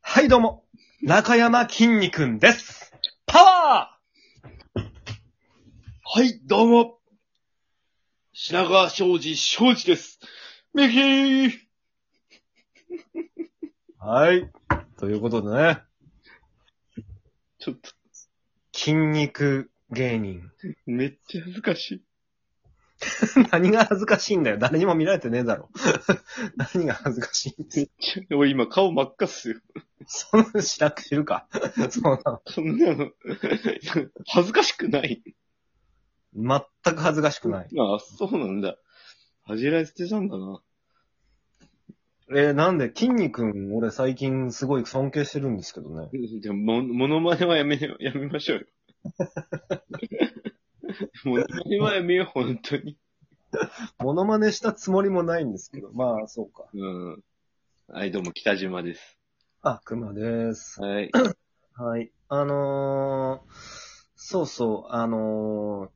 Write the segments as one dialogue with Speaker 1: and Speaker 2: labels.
Speaker 1: はい、どうも。中山きんに君です。パワ
Speaker 2: はい、どうも。品川庄司庄司です。ミキ
Speaker 1: ー
Speaker 2: ー
Speaker 1: はい。ということでね、
Speaker 2: ちょっと、
Speaker 1: 筋肉芸人。
Speaker 2: めっちゃ恥ずかしい。
Speaker 1: 何が恥ずかしいんだよ。誰にも見られてねえだろ。 何が恥ずかしいんです
Speaker 2: ちょ俺今顔真っ赤っすよ。
Speaker 1: その知らく知るか。そうな
Speaker 2: そんなの、 恥ずかしくない。
Speaker 1: の。全く恥ずかしくない。
Speaker 2: ああ、そうなんだ。恥じらい捨てたんだな。
Speaker 1: えーなんで、筋肉君、俺最近すごい尊敬してるんですけどね。
Speaker 2: でも、もモノマネはやめ、やめましょうよ。 モノマネはやめよう、本当に。
Speaker 1: モノマネしたつもりもないんですけど。まあ、そうか。
Speaker 2: うん。はい、どうも、北島です。
Speaker 1: あ、熊です。
Speaker 2: はい。
Speaker 1: はい。あのー、そうそう、あの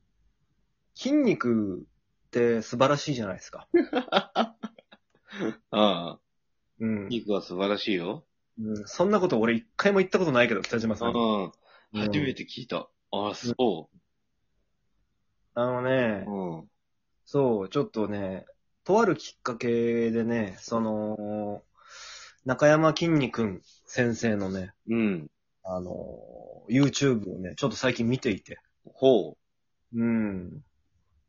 Speaker 1: ー、筋肉って素晴らしいじゃないですか。
Speaker 2: ああ、
Speaker 1: うん。
Speaker 2: 肉は素晴らしいよ。
Speaker 1: うんそんなこと俺一回も言ったことないけど、北島さんに。
Speaker 2: うん。
Speaker 1: うん
Speaker 2: 初めて聞いた。ああ、そ
Speaker 1: あの
Speaker 2: う。
Speaker 1: ね、
Speaker 2: うん。
Speaker 1: そう、ちょっとね、とあるきっかけでね、その、中山きんに君先生のね、
Speaker 2: うん。
Speaker 1: あのー、YouTube をね、ちょっと最近見ていて。
Speaker 2: ほ
Speaker 1: うん。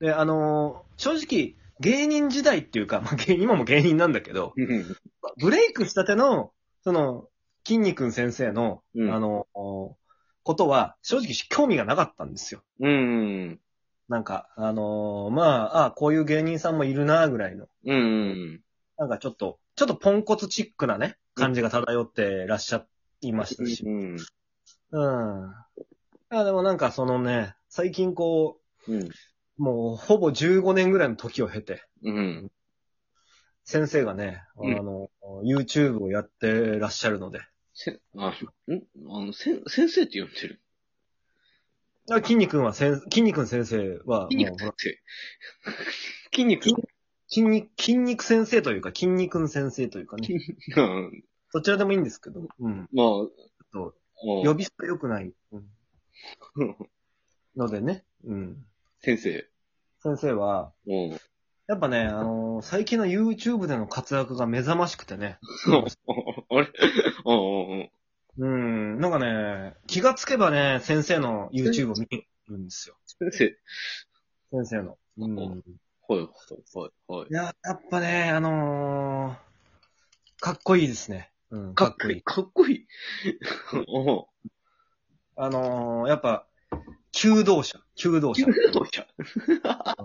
Speaker 1: で、あのー正直、芸人時代っていうか、まあ、芸今も芸人なんだけど、
Speaker 2: う。うん。
Speaker 1: ブレイクしたての、その、筋肉先生の、
Speaker 2: うん
Speaker 1: あのーことは、正直興味がなかったんですよ。
Speaker 2: うん。
Speaker 1: なんか、あのーまあ、ああこういう芸人さんもいるな、ぐらいの。
Speaker 2: うん。
Speaker 1: なんかちょっと、ちょっとポンコツチックなね、感じが漂ってらっしゃいましたし。
Speaker 2: うん。
Speaker 1: うん。あでもなんかそのね、最近こ
Speaker 2: うん。
Speaker 1: う、もうほぼ15年ぐらいの時を経て、
Speaker 2: うん。
Speaker 1: 先生がね、
Speaker 2: うん
Speaker 1: あの、YouTube をやってらっしゃるので。
Speaker 2: せ、あ、んあの、せ、先生って呼んでる。
Speaker 1: あ筋肉はせん、筋肉先生は、も
Speaker 2: 筋
Speaker 1: う
Speaker 2: 肉
Speaker 1: ほら
Speaker 2: って。筋肉
Speaker 1: 筋肉、筋肉先生というか、筋肉先生というかね。
Speaker 2: うん。
Speaker 1: どちらでもいいんですけど、うん。
Speaker 2: まあ、
Speaker 1: と
Speaker 2: も
Speaker 1: 呼び捨て良くない、うん
Speaker 2: うん
Speaker 1: のでね。うん。
Speaker 2: 先生。
Speaker 1: 先生は、
Speaker 2: うん。
Speaker 1: やっぱね、あのー最近の YouTube での活躍が目覚ましくてね。
Speaker 2: そう。あれうん
Speaker 1: うん。なんかね、気がつけばね、先生の YouTube を見てるんですよ。
Speaker 2: 先生。
Speaker 1: 先生の。うん。
Speaker 2: はい、はい、はい。
Speaker 1: いや、やっぱね、あのー、かっこいいですね。うん、かっこいい。
Speaker 2: かっこいい。お
Speaker 1: あのー、やっぱ、求道者、求道 者、
Speaker 2: どうした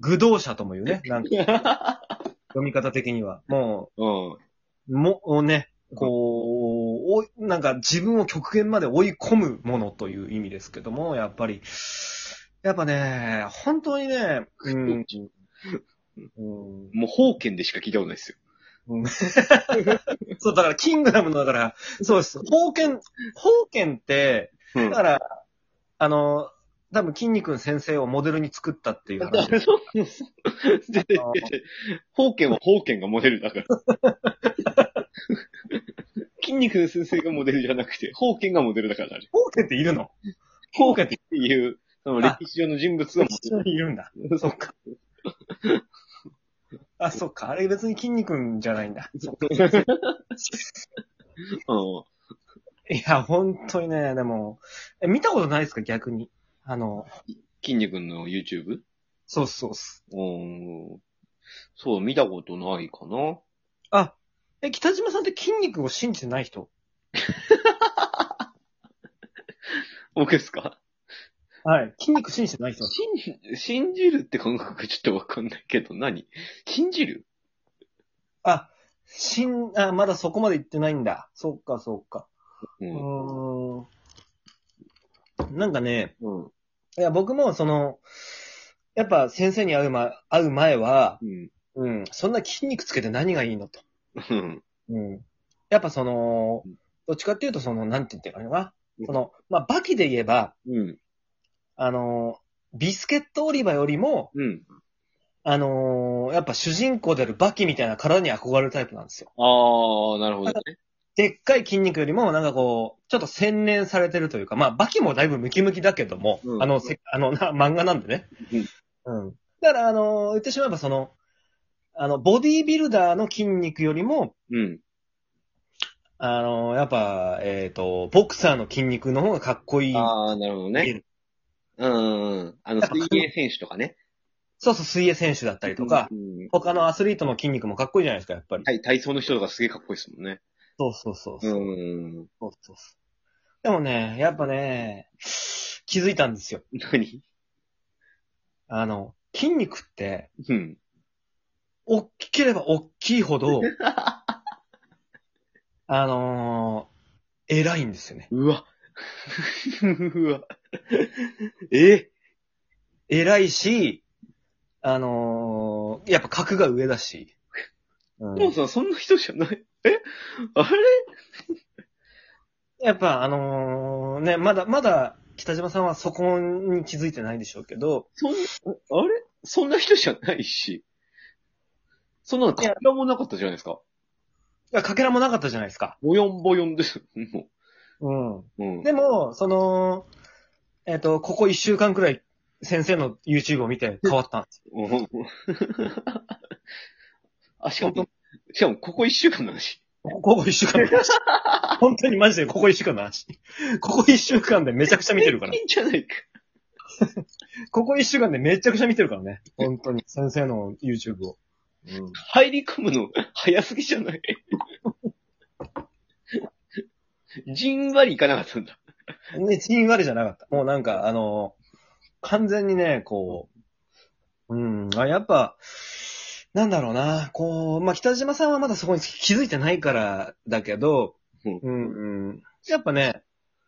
Speaker 1: 愚道者とも言うね、なんか読み方的には。も
Speaker 2: うん。
Speaker 1: う、も、をね、こう、おいなんか自分を極限まで追い込むものという意味ですけども、やっぱり、やっぱね、本当にね、うん、 うん、
Speaker 2: もう、方剣でしか聞いたことないですよ。
Speaker 1: そう、だから、キングダムの、だから、そうです。宝剣、宝剣って、
Speaker 2: うん
Speaker 1: だから、あの、多分、筋肉先生をモデルに作ったって いう話。
Speaker 2: そうそうそう。で、で、で、宝剣は宝剣がモデルだから。筋肉の先生がモデルじゃなくて、宝剣がモデルだから、あれ。
Speaker 1: 宝剣っているの
Speaker 2: 宝剣っていう、その歴史上の人物がモ
Speaker 1: 一緒にいるんだ。
Speaker 2: デル。
Speaker 1: そっか。あ、そっか。あれ別に筋肉じゃないんだ。
Speaker 2: うん
Speaker 1: いや、本当にね、でも、え、見たことないですか逆に。あの、
Speaker 2: 筋肉の YouTube?
Speaker 1: そうそうっす。
Speaker 2: うん。そう、見たことないかな。
Speaker 1: あ、え、北島さんって筋肉を信じてない人
Speaker 2: 僕ですか
Speaker 1: はい。筋肉信じてない人
Speaker 2: 信じ、信じるって感覚がちょっとわかんないけど、何信じる
Speaker 1: あ、しん、あ、まだそこまで行ってないんだ。そっか、そっか。
Speaker 2: う。
Speaker 1: うんーん。なんかね、
Speaker 2: うん。
Speaker 1: いや、僕もその、やっぱ先生に会うま、会う前は、
Speaker 2: うん。
Speaker 1: うん、そんな筋肉つけて何がいいのと。
Speaker 2: うん。
Speaker 1: うん。やっぱその
Speaker 2: うん、
Speaker 1: どっちかっていうとその、なんて言ってるかな
Speaker 2: うん。
Speaker 1: その、まあ、バキで言えば、
Speaker 2: うん。
Speaker 1: あの、ビスケットオリバよりも、
Speaker 2: うん。
Speaker 1: あのやっぱ主人公であるバキみたいな体に憧れるタイプなんですよ。
Speaker 2: あー、なるほどね。
Speaker 1: でっかい筋肉よりも、なんかこう、ちょっと洗練されてるというか、まあ、バキもだいぶムキムキだけども、
Speaker 2: うん
Speaker 1: あの、せ あの、な漫画なんでね。うん。だから、あの、言ってしまえばその、あの、ボディービルダーの筋肉よりも、
Speaker 2: うん。
Speaker 1: あの、やっぱ、えっ、と、ボクサーの筋肉の方がかっこいい。
Speaker 2: ああ、なるほど
Speaker 1: い
Speaker 2: ね
Speaker 1: る。
Speaker 2: うんうんうん。あの、
Speaker 1: やっぱ
Speaker 2: 水泳選手とかね。
Speaker 1: そうそう、水泳選手だったりとか、
Speaker 2: うん
Speaker 1: 他のアスリートの筋肉もかっこいいじゃないですか、やっぱり。
Speaker 2: 体体操の人とかすげえかっこいいですもんね。
Speaker 1: そうそうそう
Speaker 2: う
Speaker 1: そう。
Speaker 2: ん。
Speaker 1: そうそうそうでもね、やっぱね、気づいたんですよ。
Speaker 2: 何
Speaker 1: あの、筋肉って、
Speaker 2: うん。
Speaker 1: 大きければ大きいほど、あのー、偉いんですよね。
Speaker 2: うわ。 うわ。え
Speaker 1: 偉いし、あのー、やっぱ格が上だし。うん
Speaker 2: もうさ、そんな人じゃない。えあれ
Speaker 1: やっぱあのー、ね、まだ、まだ、北島さんはそこに気づいてないでしょうけど、
Speaker 2: そん、あれそんな人じゃないし。そんなの、かけらもなかったじゃないですか。
Speaker 1: いやかけらもなかったじゃないですか。
Speaker 2: ぼよんぼよんです。も
Speaker 1: うん。
Speaker 2: う。うん。
Speaker 1: でも、その、えっ、と、ここ一週間くらい、先生の YouTube を見て変わったんですよ。
Speaker 2: うん。あ、しかも、しかも、ここ一週間の話。
Speaker 1: ここ一週間の話。本当にマジでここ一週間の話。ここ一週間でめちゃくちゃ見てる から
Speaker 2: い。いんじゃないか。
Speaker 1: ここ一週間でめちゃくちゃ見てるからね。本当に。先生の YouTube を。うん。
Speaker 2: 入り込むの早すぎじゃないじんわりいかなかったんだ。
Speaker 1: ね、チン割りじゃなかった。もうなんか、あの、完全にね、こう、うん、あ、やっぱ、なんだろうな、こう、まあ、北島さんはまだそこに気づいてないからだけど、
Speaker 2: うん
Speaker 1: うん、うん、やっぱね、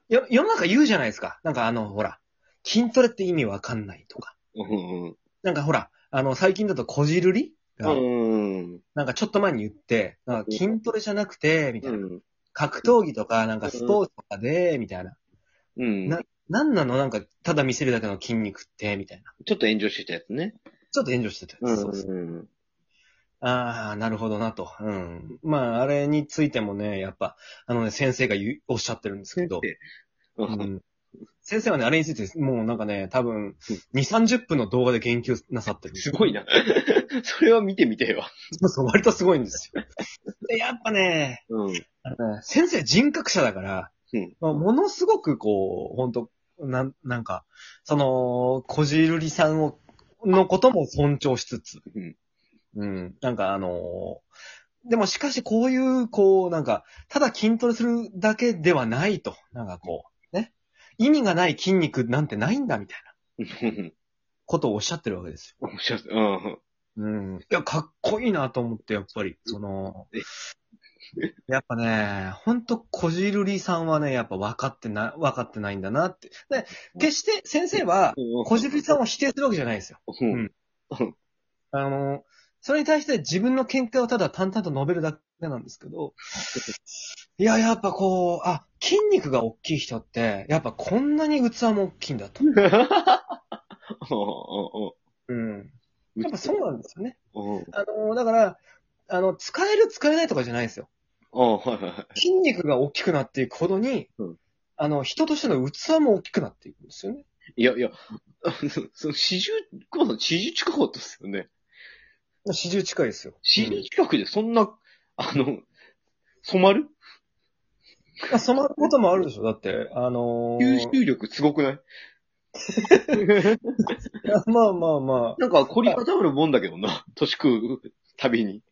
Speaker 1: よ、世の中言うじゃないですか。なんかあの、ほら、筋トレって意味わかんないとか。
Speaker 2: うん。
Speaker 1: なんかほら、あの、最近だとこじるりが、
Speaker 2: うん。
Speaker 1: なんかちょっと前に言って、なんか筋トレじゃなくて、みたいな。
Speaker 2: ん。
Speaker 1: 格闘技とか、なんかスポーツとかで、みたいな。
Speaker 2: うん。
Speaker 1: ななんなのなんか、ただ見せるだけの筋肉って、みたいな。
Speaker 2: ちょっと炎上してたやつね。
Speaker 1: ちょっと炎上してたやつ。そうそう
Speaker 2: うん。
Speaker 1: ああ、なるほどなと。うん。まあ、あれについてもね、やっぱ、あのね、先生が言うおっしゃってるんですけど。
Speaker 2: う。
Speaker 1: うんん先生はね、あれについて、もうなんかね、多分、2、30分の動画で言及なさってる。
Speaker 2: すごいな。 それは見てみてよ。
Speaker 1: そうそう。割とすごいんですよ。でやっぱね、
Speaker 2: うん。
Speaker 1: あのね先生人格者だから、
Speaker 2: うん
Speaker 1: まあものすごくこう、本当なん、なんか、その、こじるりさんを、のことも尊重しつつ、
Speaker 2: うん
Speaker 1: うん。なんかあのーでもしかしこういう、こう、なんか、ただ筋トレするだけではないと、なんかこう、ね。意味がない筋肉なんてないんだみたいなことをおっしゃってるわけです
Speaker 2: 面白い。うん。
Speaker 1: よ。うん。いや、かっこいいなと思って、やっぱり、その、 やっぱね、ほんと、こじるりさんはね、やっぱ分かってな、分かってないんだなって。で、決して先生は、こじるりさんを否定するわけじゃないですよ。
Speaker 2: うん。
Speaker 1: あの、それに対して自分の見解をただ淡々と述べるだけなんですけ ど、いや、やっぱこう、あ、筋肉が大きい人って、やっぱこんなに器も大きいんだと。うん。やっぱそうなんですよね。
Speaker 2: うん。
Speaker 1: あの、だから、あの、使える使えないとかじゃないですよ。
Speaker 2: うん。はいは
Speaker 1: 筋肉が大きくなっていくほどに、
Speaker 2: うん
Speaker 1: あの、人としての器も大きくなっていくんですよね。
Speaker 2: い。いやい や、その、四十、この四十近かったですよね。
Speaker 1: 四十近いですよ。
Speaker 2: 四十近くでそんな、あの、染まる
Speaker 1: まあ、そのこともあるでしょ。だって、あの
Speaker 2: 吸
Speaker 1: ー、
Speaker 2: 収力すごくない
Speaker 1: まあまあまあ。
Speaker 2: なんか凝り固まるもんだけどな。年食うたびに。
Speaker 1: い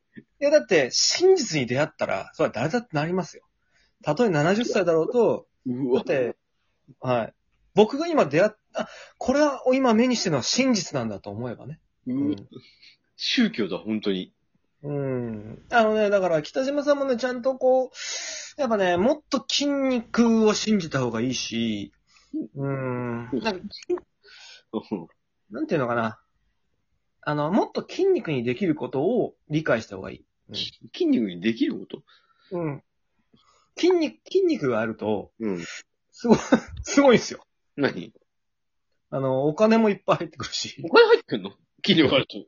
Speaker 1: や、だって、真実に出会ったら、それは誰だってなりますよ。たとえ70歳だろうと、
Speaker 2: う
Speaker 1: だ
Speaker 2: わ
Speaker 1: っ。て、はい。僕が今出会った、あこれは今目にしてるのは真実なんだと思えばね。
Speaker 2: う
Speaker 1: うん
Speaker 2: ん。宗教だ、本当に。
Speaker 1: うん。あのね、だから北島さんもね、ちゃんとこう、やっぱね、もっと筋肉を信じた方がいいし、うん。なんか、
Speaker 2: うん
Speaker 1: なんていうのかな。あの、もっと筋肉にできることを理解した方がいい。
Speaker 2: 筋肉にできること
Speaker 1: うん。筋肉、筋肉があると、
Speaker 2: うん。
Speaker 1: すごい、 すごいんですよ。
Speaker 2: 何
Speaker 1: あの、お金もいっぱい入ってくるし
Speaker 2: お。金入ってくんの筋力あると。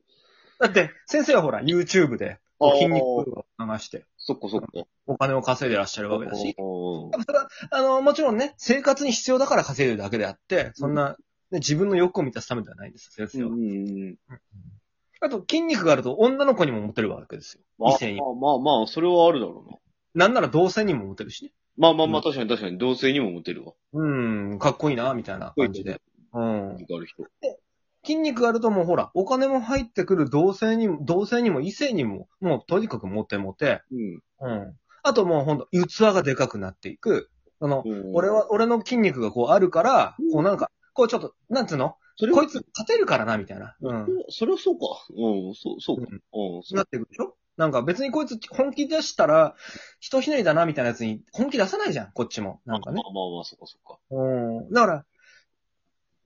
Speaker 1: だって、先生はほら、YouTube で、こう筋肉を流して、
Speaker 2: そっかそっか。
Speaker 1: お金を稼いでらっしゃるわけだし、
Speaker 2: うん
Speaker 1: それは あの、もちろんね、生活に必要だから稼いでるだけであって、そんな、ね、自分の欲を満たすためではないんですよ、先生は。
Speaker 2: うん
Speaker 1: あと、筋肉があると女の子にもモテるわけですよ。
Speaker 2: まあ
Speaker 1: 異性に。
Speaker 2: まあまあ、それはあるだろう
Speaker 1: な
Speaker 2: な。
Speaker 1: んなら同性にもモテるしね。
Speaker 2: まあまあま
Speaker 1: う
Speaker 2: あ、確かに確かに、同性にもモテるわ。
Speaker 1: うん、かっこいいな、みたいな感じで。うん。
Speaker 2: ある人。
Speaker 1: 筋肉があるともうほら、お金も入ってくる同性にも、同性にも異性にも、もうとにかくモテモテ。
Speaker 2: うん。
Speaker 1: うん。あともうほんと、器がでかくなっていく。その、
Speaker 2: うん
Speaker 1: 俺、は、俺の筋肉がこうあるから、こうなんか、こうちょっと、なんつうの
Speaker 2: それは
Speaker 1: こいつ、勝てるからな、みたいな。うん。
Speaker 2: それはそうか。うん、そう、そうか。
Speaker 1: う
Speaker 2: うんん、そう
Speaker 1: なってくるでしょなんか別にこいつ本気出したら、人ひねりだな、みたいなやつに本気出さないじゃん、こっちも。なんか
Speaker 2: ま
Speaker 1: ね。
Speaker 2: あまあまあ、そっかそっか。
Speaker 1: うん。だから、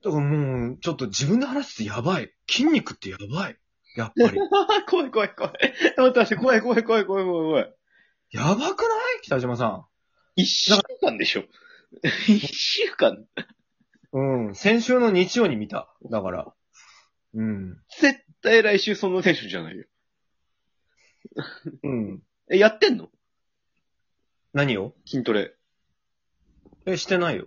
Speaker 1: だからもう、ちょっと自分で話しててやばい。筋肉ってやばい。やっ ぱり。
Speaker 2: 怖い怖い怖い。待って待って、怖い怖い怖い怖い怖い怖い。
Speaker 1: やばくない北島さ
Speaker 2: 一週間でしょ。 一週間
Speaker 1: ん。うん。先週の日曜に見た。だから。うん。
Speaker 2: 絶対来週そんなテンションじゃないよ。
Speaker 1: うん。
Speaker 2: え、やってんの
Speaker 1: 何を
Speaker 2: 筋トレ。
Speaker 1: え、してないよ。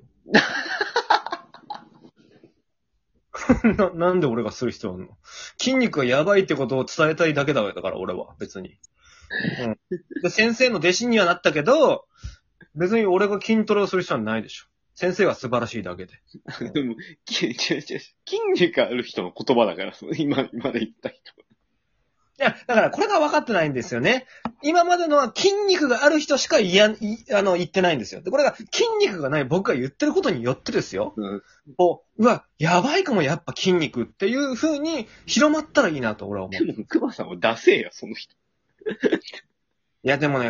Speaker 1: な、なんで俺がする必要あるの筋肉がやばいってことを伝えたいだけだから、俺は、別に。うん。で、先生の弟子にはなったけど、別に俺が筋トレをする必要はないでしょ。先生が素晴らしいだけで。
Speaker 2: でも、き違う違う違う筋肉ある人の言葉だから、その今、今で言った人。
Speaker 1: いや、だからこれが分かってないんですよね。今までのは筋肉がある人しか言やん、いあの、言ってないんですよ。で、これが筋肉がない僕が言ってることによってですよ。
Speaker 2: うん。
Speaker 1: こう、うわ、やばいかもやっぱ筋肉っていう風に広まったらいいなと俺は思う。
Speaker 2: でも、熊さんはダセえよ、その人。
Speaker 1: いや、でもね、